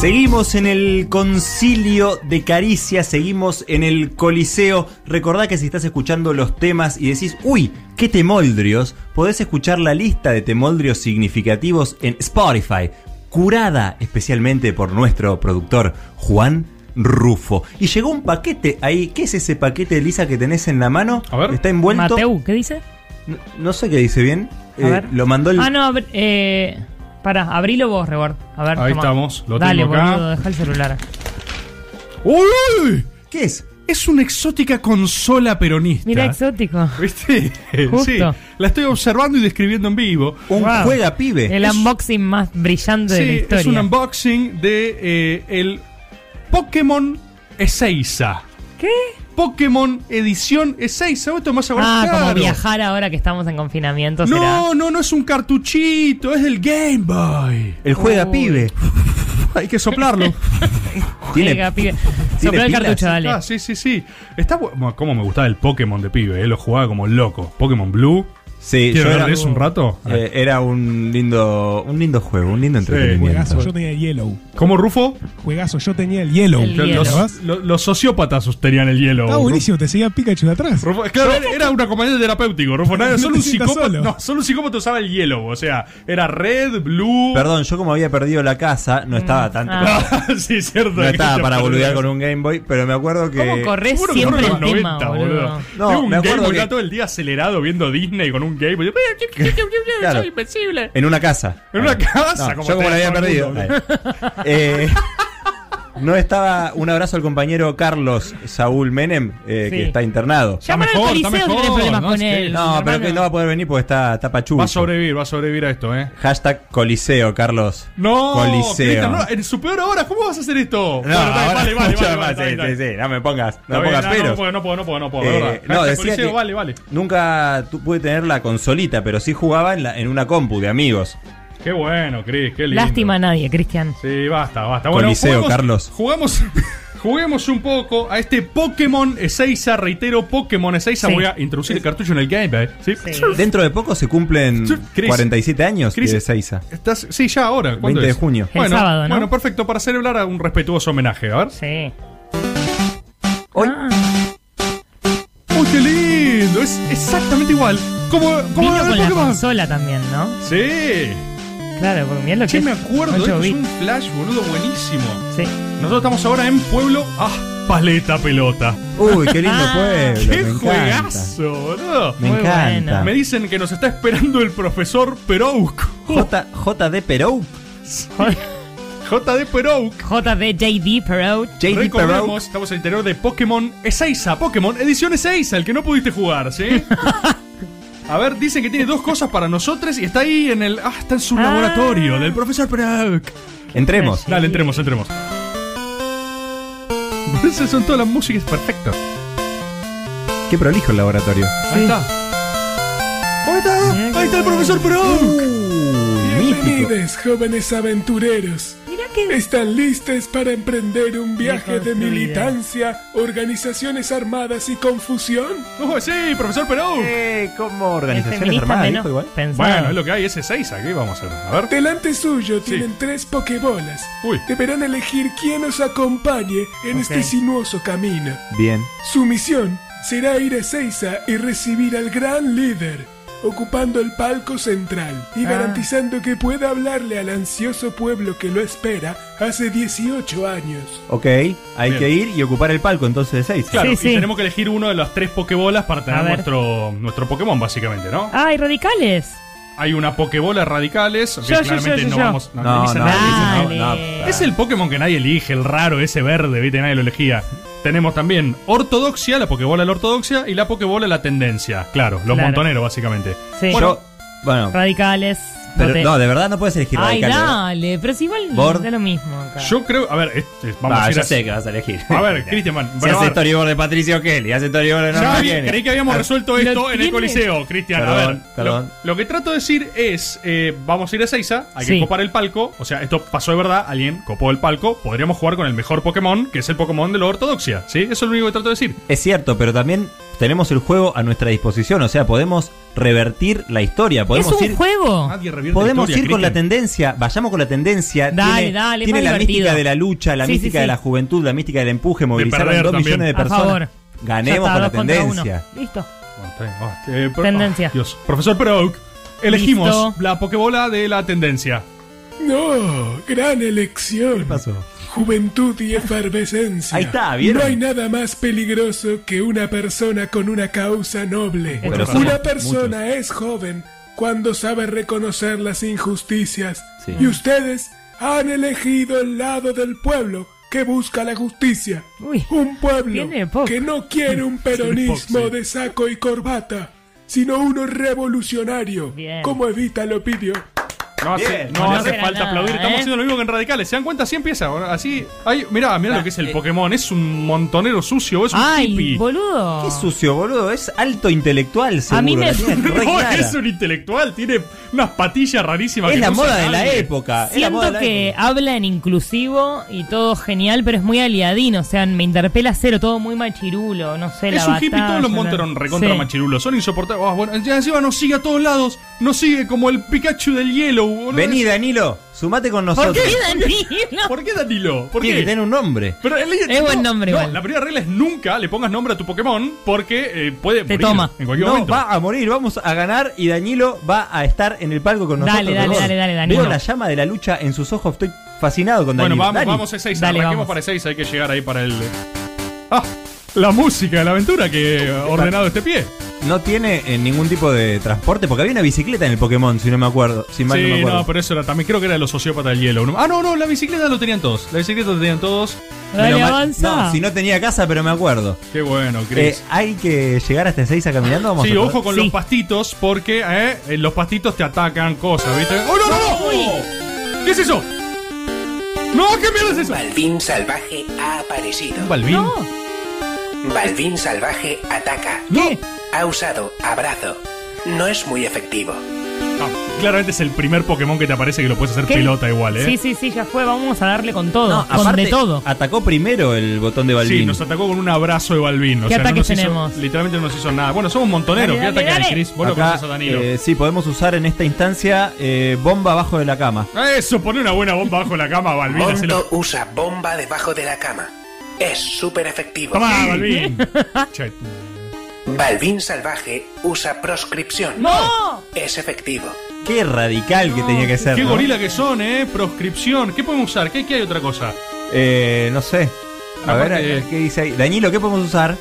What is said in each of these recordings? Seguimos en el concilio de Caricia, seguimos en el Coliseo. Recordá que si estás escuchando los temas y decís, uy, qué temoldrios, podés escuchar la lista de temoldrios significativos en Spotify, curada especialmente por nuestro productor Juan Rufo. Y llegó un paquete ahí, ¿qué es ese paquete, Lisa, que tenés en la mano? A ver. Está envuelto. Mateu, ¿qué dice? No, no sé qué dice bien. A Eh, ver. Lo mandó el. Ah, no, abr- eh, pará, abrilo vos, Rebord. A ver, Ahí toma. estamos, lo Dale, tengo acá. boludo, deja el celular. ¡Uy, uy! ¿Qué es? Es una exótica consola peronista. Mira, exótico. ¿Viste? Justo. Sí. La estoy observando y describiendo en vivo. Un Wow. juega pibe. El unboxing más brillante de la Sí, historia. es un unboxing de eh, el Pokémon Ezeiza. ¿Qué? Pokémon Edición Ezeiza. Vos tomás ahora Ah, como claro. viajar ahora que estamos en confinamiento será. No, no, no es un cartuchito, es del Game Boy. El juega Uy. pibe. Hay que soplarlo. Tiene- Llega, pibe. Sopla el pilas? cartucho, dale. Ah, sí, sí, sí. Está bu- bueno, cómo me gustaba el Pokémon de pibe, eh, lo jugaba como loco. Pokémon Blue. Sí, ¿Quieres yo hablar era, de eso un rato? eh, era un lindo, un lindo juego, un lindo Sí, entretenimiento. Juegazo, yo tenía el Yellow. ¿Cómo Rufo? Juegazo, yo tenía el Yellow. El ¿Te Yellow. acordás? Los, lo- los sociópatas sostenían el hielo. Estaba Rufo. buenísimo, te seguía Pikachu de atrás. Rufo- claro, era- era un acompañante terapéutico, Rufo. Nada, No solo te un sientas psicópata. solo. No, solo un psicópata usaba el hielo. O sea, era red, blue. Perdón, yo como había perdido la casa, no estaba tanto. Ah. sí, cierto. No estaba para boludear con un Game Boy, pero me acuerdo que. ¿Cómo corres Seguro que siempre corre el con tema, boludo? No, Tengo un me Game acuerdo Boy que- ya todo el día acelerado viendo Disney con un Game Boy. Claro. Soy invencible. En una casa. En una casa, No, como yo como la había todo el perdido. mundo. Ahí. Eh, no estaba. Un abrazo al compañero Carlos Saúl Menem, eh, Sí. que está internado. Llamar al mejor, está coliseo que tiene mejor, problemas no con sé. él. No, pero hermano. que no va a poder venir porque está, está pachucho. Va a sobrevivir, va a sobrevivir a esto, eh. Hashtag Coliseo, Carlos. No, Coliseo. Cristian, no, en su peor hora, ¿cómo vas a hacer esto? No, Bueno, dale, ahora- vale, vale, ya vale, va, vale, sí, dale, dale. sí, sí, no me pongas, no Está me pongas bien, no, peros. No puedo, no puedo, no puedo, no puedo, Eh, de verdad. no, Hashtag decía Coliseo, que vale, vale. Nunca tu- pude tener la consolita, pero sí jugaba en, la- en una compu de amigos. Qué bueno, Cris, qué lindo. Lástima a nadade, Cristian. Sí, basta, basta. Bueno, Coliseo, Carlos. Jugamos, juguemos un poco a este Pokémon Ezeiza, reitero, Pokémon Ezeiza. Sí. Voy a introducir el cartucho en el Gamepad. ¿sí? Sí. Dentro de poco se cumplen Sí, Chris. 47 años Chris. de Seiza. Estás, sí, ya ahora. 20 ¿cuándo de es? junio. El Bueno, sábado, ¿no? bueno, perfecto, para celebrar a un respetuoso homenaje, a ver. Sí. Hoy- Ah, ¡Uy, qué lindo! Es exactamente igual. Como, como vino el con la Pokémon. consola también, ¿no? Sí. Claro, porque mirá lo que Che, es me acuerdo, ocho esto es un bits. flash, boludo, buenísimo. Sí. Nosotros estamos ahora en Pueblo. ¡Ah! Paleta pelota. Uy, qué lindo pueblo. Ah, ¡Qué me encanta. juegazo, boludo! Me Muy encanta. bueno. Me dicen que nos está esperando el profesor Perouk. J, JD Perou. JD Perouk. JDJD Perot. JD Perou. Recordemos, estamos al interior de Pokémon Ezeiza. Pokémon Edición Ezeiza, el que no pudiste jugar, ¿sí? A ver, dicen que tiene dos cosas para nosotros y está ahí en el. Ah, está en su Ah. laboratorio del profesor Perouk. Entremos. Dale, entremos, entremos. Esas son todas las músicas perfectas. Qué prolijo el laboratorio. Ahí está. Ahí está. Ahí está el profesor Perouk. Uh, Mítico. Bienvenidos, jóvenes aventureros. Mirá que ¿Están listos para emprender un viaje de Reconstruida. militancia, organizaciones armadas y confusión? Oh, sí, profesor Perouk. Eh, como el organizaciones feminista armadas, menos dijo igual. pensado. Bueno, es lo que hay, ese 6 aquí vamos a hacer. A ver. Delante suyo tienen tres pokebolas. Uy. Deberán elegir quién os acompañe en este sinuoso camino. Bien. Su misión será ir a Seiza y recibir al gran líder, ocupando el palco central y garantizando que pueda hablarle al ansioso pueblo que lo espera hace 18 años. Ok, hay Bien. que ir y ocupar el palco entonces de Seiza. Claro, Sí, sí. y tenemos que elegir uno de las tres Pokébolas para tener A ver. nuestro, nuestro Pokémon, básicamente, ¿no? ¡Ay, radicales! Hay una Pokébola radicales, que Yo, yo, claramente yo, no yo, yo. vamos. No, me dice no, nadie, dice dice Dale. no, no. Es el Pokémon que nadie elige, el raro, ese verde, ¿viste? Nadie lo elegía. Tenemos también Ortodoxia, la Pokébola de la Ortodoxia, y la Pokébola de la Tendencia. Claro, los Claro. montoneros, básicamente. Sí. Bueno, Yo, bueno, Radicales. pero te- no, de verdad no puedes elegir ¿eh? Ay, radicales. dale, pero si igual Bord. da lo mismo acá. yo creo. A ver, este- vamos Ah, a ir ya a- sé que vas a elegir. A ver, Cristian, bueno, Si a hace ver. storyboard de Patricio Kelly, hace storyboard de Ya Norma vi- Kenny. creí que habíamos resuelto esto en el tiene. Coliseo, Cristian. A ver, Perdón, perdón. Lo, lo que trato de decir es: eh, vamos a ir a Seiza, hay que Sí. copar el palco. O sea, esto pasó de verdad, alguien copó el palco. Podríamos jugar con el mejor Pokémon, que es el Pokémon de la ortodoxia. ¿Sí? Eso es lo único que trato de decir. Es cierto, pero también tenemos el juego a nuestra disposición, o sea, podemos revertir la historia, podemos es un ir juego. Nadie revierte podemos historia, ir con la Cristian. tendencia, vayamos con la tendencia, Dale, tiene, dale, tiene más la divertido. mística de la lucha, la Sí, sí, mística sí. de la juventud, la mística del empuje, movilizaron perder dos también. millones de A favor. personas. Ganemos Ya con está, la dos contra uno. tendencia. Listo. Bueno, está bien, vamos. Eh, pro- Tendencia. ah, Dios. Profesor Proc, elegimos Listo. la Pokébola de la tendencia. No, gran elección. Juventud y efervescencia. Ahí está, ¿vieron? No hay nada más peligroso que una persona con una causa noble. Pero somos una persona es joven cuando sabe reconocer las injusticias. Sí. Y ustedes han elegido el lado del pueblo que busca la justicia. Uy. Un pueblo Tiene poco. que no quiere un peronismo de saco y corbata, sino uno revolucionario, Bien. como Evita lo pidió. No hace, Bien. no No hace era falta nada, aplaudir. Estamos ¿eh? haciendo lo mismo que en Radicales. ¿Se dan cuenta? Así empieza. ahora, Así. Ay, mirá, mirá lo que es eh. el Pokémon. Es un montonero sucio. Es un hippie. Ay, boludo. Qué sucio, boludo, es alto intelectual, seguro. mí me- la tiene re No, clara. es un intelectual. Tiene unas patillas rarísimas. Es que la no usa moda de la nadie. época. es la moda de Siento la que época. habla en inclusivo y todo genial, pero es muy aliadino. O sea, me interpela cero, todo muy machirulo. No sé, la Es un hippie, batalla, todos los la- Monteron recontra Sí. machirulos, son insoportables. Ah, bueno, ya encima nos sigue a todos lados, nos sigue como el Pikachu del hielo. boludo. Vení, Danilo, sumate con ¿Por nosotros. qué, Danilo? ¿Por qué Danilo? ¿Por Tiene qué? que tener un nombre. Pero el- Es buen nombre, no, igual. La primera regla es nunca le pongas nombre a tu Pokémon porque eh, puede Te morir toma. en cualquier no, momento. va a morir, vamos a ganar y Danilo va a estar en el palco con Dale, nosotros. dale, boludo. dale, dale, Danilo. Veo la llama de la lucha en sus ojos, estoy fascinado con Bueno, Danilo. vamos, Dani. vamos a 6, Dale, arranquemos vamos. para 6, hay que llegar ahí para el... Ah, la música, la aventura que ha ordenado este pie. No tiene eh, ningún tipo de transporte, porque había una bicicleta en el Pokémon, si no me acuerdo. Si mal no me sí, no, acuerdo. pero eso era también, creo que era de los sociópatas del hielo. Ah, no, no, la bicicleta lo tenían todos, la bicicleta lo tenían todos. Dale, Menos mal- avanza. No, si no tenía casa, pero me acuerdo. Qué bueno, Chris. Eh, hay que llegar hasta Seiza caminando. Vamos Sí, a ojo con Sí. los pastitos porque eh, eh, los pastitos te atacan cosas, ¿viste? ¡Oh, no, no, no! ¿Qué es eso? ¡No, qué mierda es eso! Balvin salvaje ha aparecido. Un Balvin. No. Balvin salvaje ataca. ¿Qué? Ha usado abrazo. No es muy efectivo. Ah, claramente es el primer Pokémon que te aparece que lo puedes hacer ¿Qué? pelota igual, ¿eh? Sí, sí, sí, ya fue. Vamos a darle con todo. No, con aparte, de todo. Atacó primero el botón de Balvin. Sí, nos atacó con un abrazo de Balvin. O ¿Qué sea, no ataques nos hizo- tenemos? literalmente no nos hizo nada. Bueno, somos montoneros. Dale, ¿Qué dale, ataque hay, dale. Chris? Vos lo Acá, conoces a Danilo. eh, sí, podemos usar en esta instancia eh, bomba abajo de la cama. Eso, pone una buena bomba bajo la cama, Balvin. hacelo- Monto usa bomba debajo de la cama. Es súper efectivo. Tomá, Balvin. Che, Balvin salvaje usa proscripción. ¡No! Es efectivo. Qué radical que tenía que ser. Qué ¿no? gorila que son, ¿eh? Proscripción. ¿Qué podemos usar? ¿Qué, qué hay otra cosa? Eh, no sé. A Aparte- ver, eh, ¿qué dice ahí? Danilo, ¿qué podemos usar?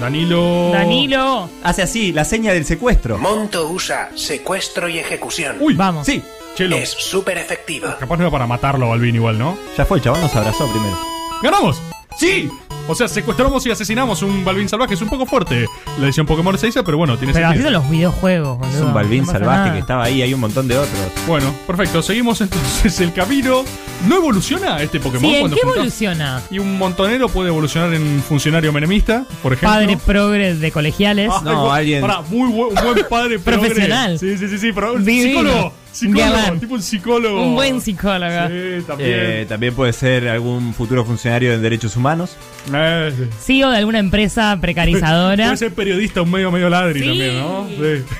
Danilo. Oh. Danilo. Hace así, la seña del secuestro. Monto usa secuestro y ejecución. Uy, Vamos. Sí, Chelo. Es súper efectivo. Capaz no era para matarlo a Balvin igual, ¿no? ya fue, el chabón nos abrazó primero. ¡Ganamos! ¡Sí! O sea, secuestramos y asesinamos un Balvin salvaje. Es un poco fuerte la edición Pokémon 6, pero bueno, tiene Pero así sentido. son los videojuegos, boludo. Es un Balvin no pasa salvaje nada. que estaba ahí, hay un montón de otros. Bueno, perfecto. Seguimos entonces el camino. ¿No evoluciona este Pokémon Sí, ¿en cuando qué juntás? evoluciona? Y un montonero puede evolucionar en funcionario menemista, por ejemplo. Padre progres de colegiales. Ah, No, algo- alguien- Pará, muy buen, un buen padre progre. Profesional. Sí, sí, sí, sí, pero un Divino. psicólogo. Psicólogo, Galán. tipo un psicólogo. Un buen psicólogo. Sí, también. Eh, también puede ser algún futuro funcionario de derechos humanos. Eh, sí. Sí, E o de alguna empresa precarizadora. Puede ser periodista, un medio medio ladri Sí. también, ¿no? Sí.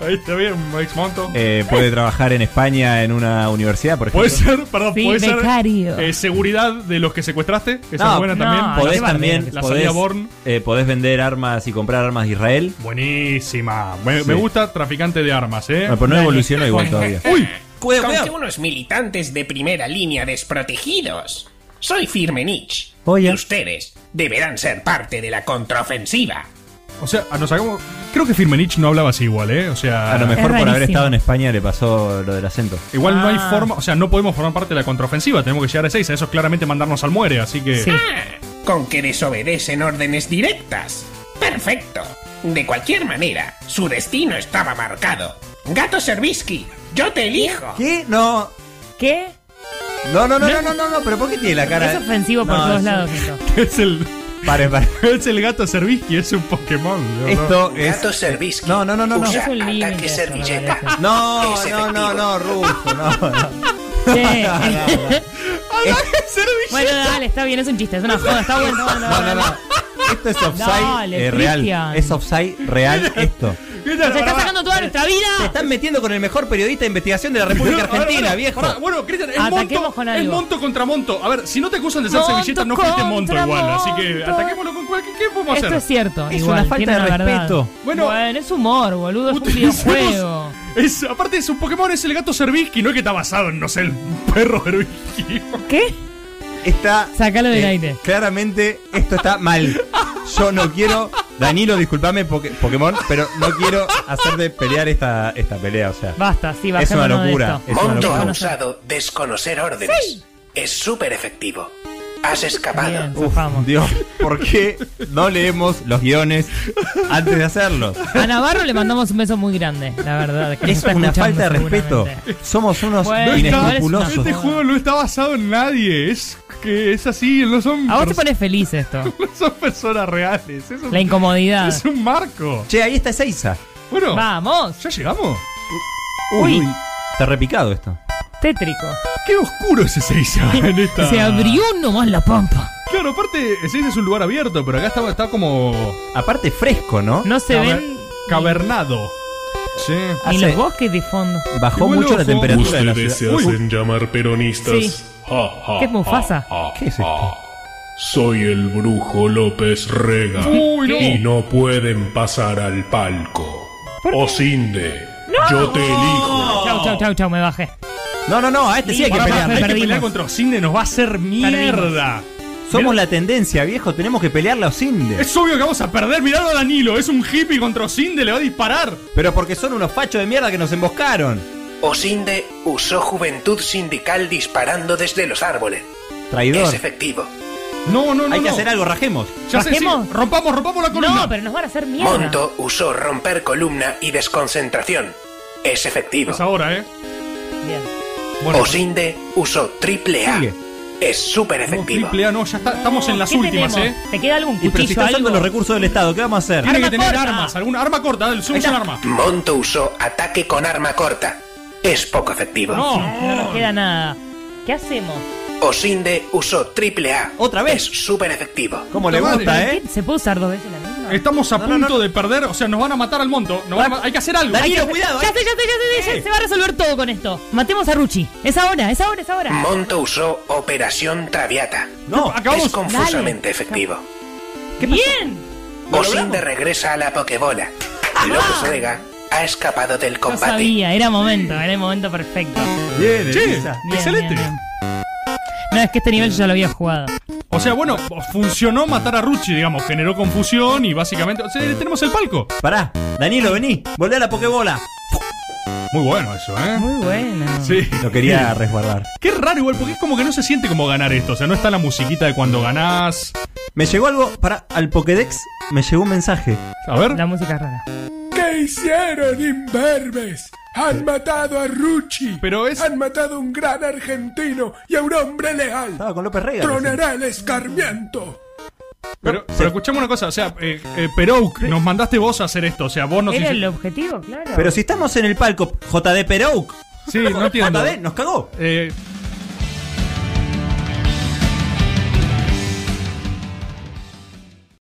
Ahí está bien, Max Monto. Eh, puede trabajar en España en una universidad, por ejemplo. puede ser, perdón, Sí, puede ser becario. eh, seguridad de los que secuestraste. Esa es No, buena no. también. podés qué barbero también que la podés, salida Born. eh, podés vender armas y comprar armas de Israel. Buenísima. Me, Sí. me gusta traficante de armas, ¿eh? Bueno, pero no evolucionó igual todavía. Uy, Con que unos militantes de primera línea desprotegidos. Soy Firmenich. Oye. Y ustedes deberán ser parte de la contraofensiva. o sea, nos hagamos. Creo que Firmenich no hablaba así igual, ¿eh? O sea, A lo mejor Ah. Es por haber rarísimo. estado en España le pasó lo del acento. igual no hay Ah. forma. O sea, no podemos formar parte de la contraofensiva. Tenemos que llegar a 6. Eso es claramente mandarnos al muere, así que. Sí. Ah, con que desobedecen órdenes directas. Perfecto. De cualquier manera, su destino estaba marcado. Gato Servisky, yo te elijo. ¿Qué? No. ¿Qué? No, no, no, no, no, no, no, pero ¿por qué tiene la cara? Es ofensivo por No, todos es- lados esto. Es el, Paren, paren. es el gato Servisky, es un Pokémon. ¿no? Esto es. Gato Servisky No, no, no, no, no. usa Es un límite ataque eso, servilleta. me parece. No, Es no, no, efectivo. no, Rufo, no, no. Che. ¡Gato Servisky! bueno, dale, está bien, es un chiste, es una joda, está bueno, está bueno, está No, no, bueno. no. Esto es offside Dale, eh, real. Cristian. Es offside real esto. ¿Qué tal? Se está Pará. sacando toda nuestra Se vida. están metiendo con el mejor periodista de investigación de la República Bueno, a ver, Argentina, pará, viejo. pará. Bueno, Cristian, es Ataquemos monto, con es algo. monto contra monto. A ver, si no te acusan de ser Monto servilleta, no fuiste monto contra igual. Así que monto. ataquémoslo con cualquier. ¿Qué podemos hacer? Esto es cierto. Es igual, una falta tiene de una verdad. respeto. Bueno- Bueno, es humor, boludo. Es un Utilicemos- videojuego. Es, aparte es un Pokémon, es el gato Serviski, no es que está basado en, no sé, el perro Serviski. ¿Qué? Está. eh, Sácalo del aire. Claramente, esto está mal. Yo no quiero. Danilo, disculpame, Poké- Pokémon, pero no quiero hacerte pelear esta, esta pelea, o sea. Basta, es sí, una bajémonos de locura. esto. Es una Monto ha locura. usado desconocer órdenes. Es súper efectivo. Has escapado. Bien. Uf, Zafamos. Dios, ¿por qué no leemos los guiones antes de hacerlos? A Navarro le mandamos un beso muy grande, la verdad. que nos Es está una escuchando falta de respeto. seguramente. Somos unos Bueno, inescrupulosos. igual Este juego no está basado en nadie, es que es así, no son, A vos te pers- pones feliz esto. no son personas reales, es un, La incomodidad. es un marco. Che, ahí está Seiza. Bueno, Vamos, ya llegamos. Uy, Uy. uy, está repicado esto. tétrico. Qué oscuro es ese Seiza en esta. Se abrió nomás la pampa. Claro, aparte, Seiza es un lugar abierto, pero acá está, está como Aparte fresco, ¿no? No se caver- ven cavernado. Sí. ni Hace- los bosques de fondo. Bajó Igual mucho la ojo. temperatura de la Ustedes se ciudad. hacen llamar peronistas. Sí. Ja, ja, ¿Qué es Mufasa? ja, ja, ¿Qué es esto? ja. Soy el brujo López Rega. Uy, no. Y no pueden pasar al palco. Osinde, yo te elijo. Chau, chau, chau, chau, me bajé. No, no, no, a este sí hay que Pará, pará, hay que pelearle. Perdimos. pelear contra Osinde, nos va a hacer mierda. Somos la tendencia, viejo. Tenemos que pelearle a Osinde. Es obvio que vamos a perder, miralo a Danilo, es un hippie contra Osinde, le va a disparar. Pero porque son unos fachos de mierda que nos emboscaron. Osinde usó juventud sindical disparando desde los árboles. Es Traidor. efectivo. No, no, no. Hay que no. hacer algo, rajemos. Ya sé, sí, ¿Bajemos? rompamos, rompamos la columna. No, pero nos van a hacer mierda. Monto usó romper columna y desconcentración. Es efectivo. Es ahora, ¿eh? Bien. Oh, Bueno, Osinde usó triple A. Sigue. Es súper no, efectivo. triple A, no, ya está, estamos en las ¿Qué últimas, tenemos? ¿eh? ¿Te queda algún Y cuchillo pero si está usando algo? los recursos del Estado, ¿qué vamos a hacer? Tiene que Arma tener corta. armas, alguna arma corta, el suyo es un arma. Monto usó ataque con arma corta. Es poco efectivo. No. No nos queda nada. ¿Qué hacemos? Osinde usó triple A. Otra vez. Es súper efectivo. Como le Puta gusta, madre. ¿eh? ¿Qué? ¿Se puede usar dos veces la misma? Estamos a punto de perder, o sea, nos van a matar al monto. nos van a ma- hay que hacer algo. Danilo, cuidado. Ya ¿eh? sé, ya sé, ya sé, ya Eh. sé, se va a resolver todo con esto. Matemos a Ruchi. Es ahora, es ahora, es ahora. Monto usó operación Traviata. No, Es Acabamos. confusamente Dale. efectivo. Bien. Osinde regresa a la Pokébola. López Rega ha escapado del Yo combate. sabía, era momento, era el momento perfecto. Bien, Che, Elisa. Bien, excelente. bien, bien. No, es que este nivel yo ya lo había jugado. O sea, bueno, funcionó matar a Ruchi, digamos, generó confusión y básicamente. O sea, tenemos el palco. Pará. Danilo, vení. Volvé a la Pokébola. Muy bueno eso, ¿eh? Muy bueno. Sí. Lo quería resguardar. Qué raro igual, porque es como que no se siente como ganar esto. O sea, no está la musiquita de cuando ganás. Me llegó algo. Pará. Al Pokédex me llegó un mensaje. A ver. La música es rara. ¿Qué hicieron, imberbes? Han matado a Ruchi. Pero es- Han matado a un gran argentino y a un hombre leal. Estaba con López Rega. recién. Tronará el escarmiento. Pero, pero escuchame una cosa, o sea, eh, eh, Perouk, nos mandaste vos a hacer esto. O sea, vos nos Era hiciste- el objetivo, claro. Pero si estamos en el palco JD Perouk. Sí, no entiendo. JD nos cagó. Eh,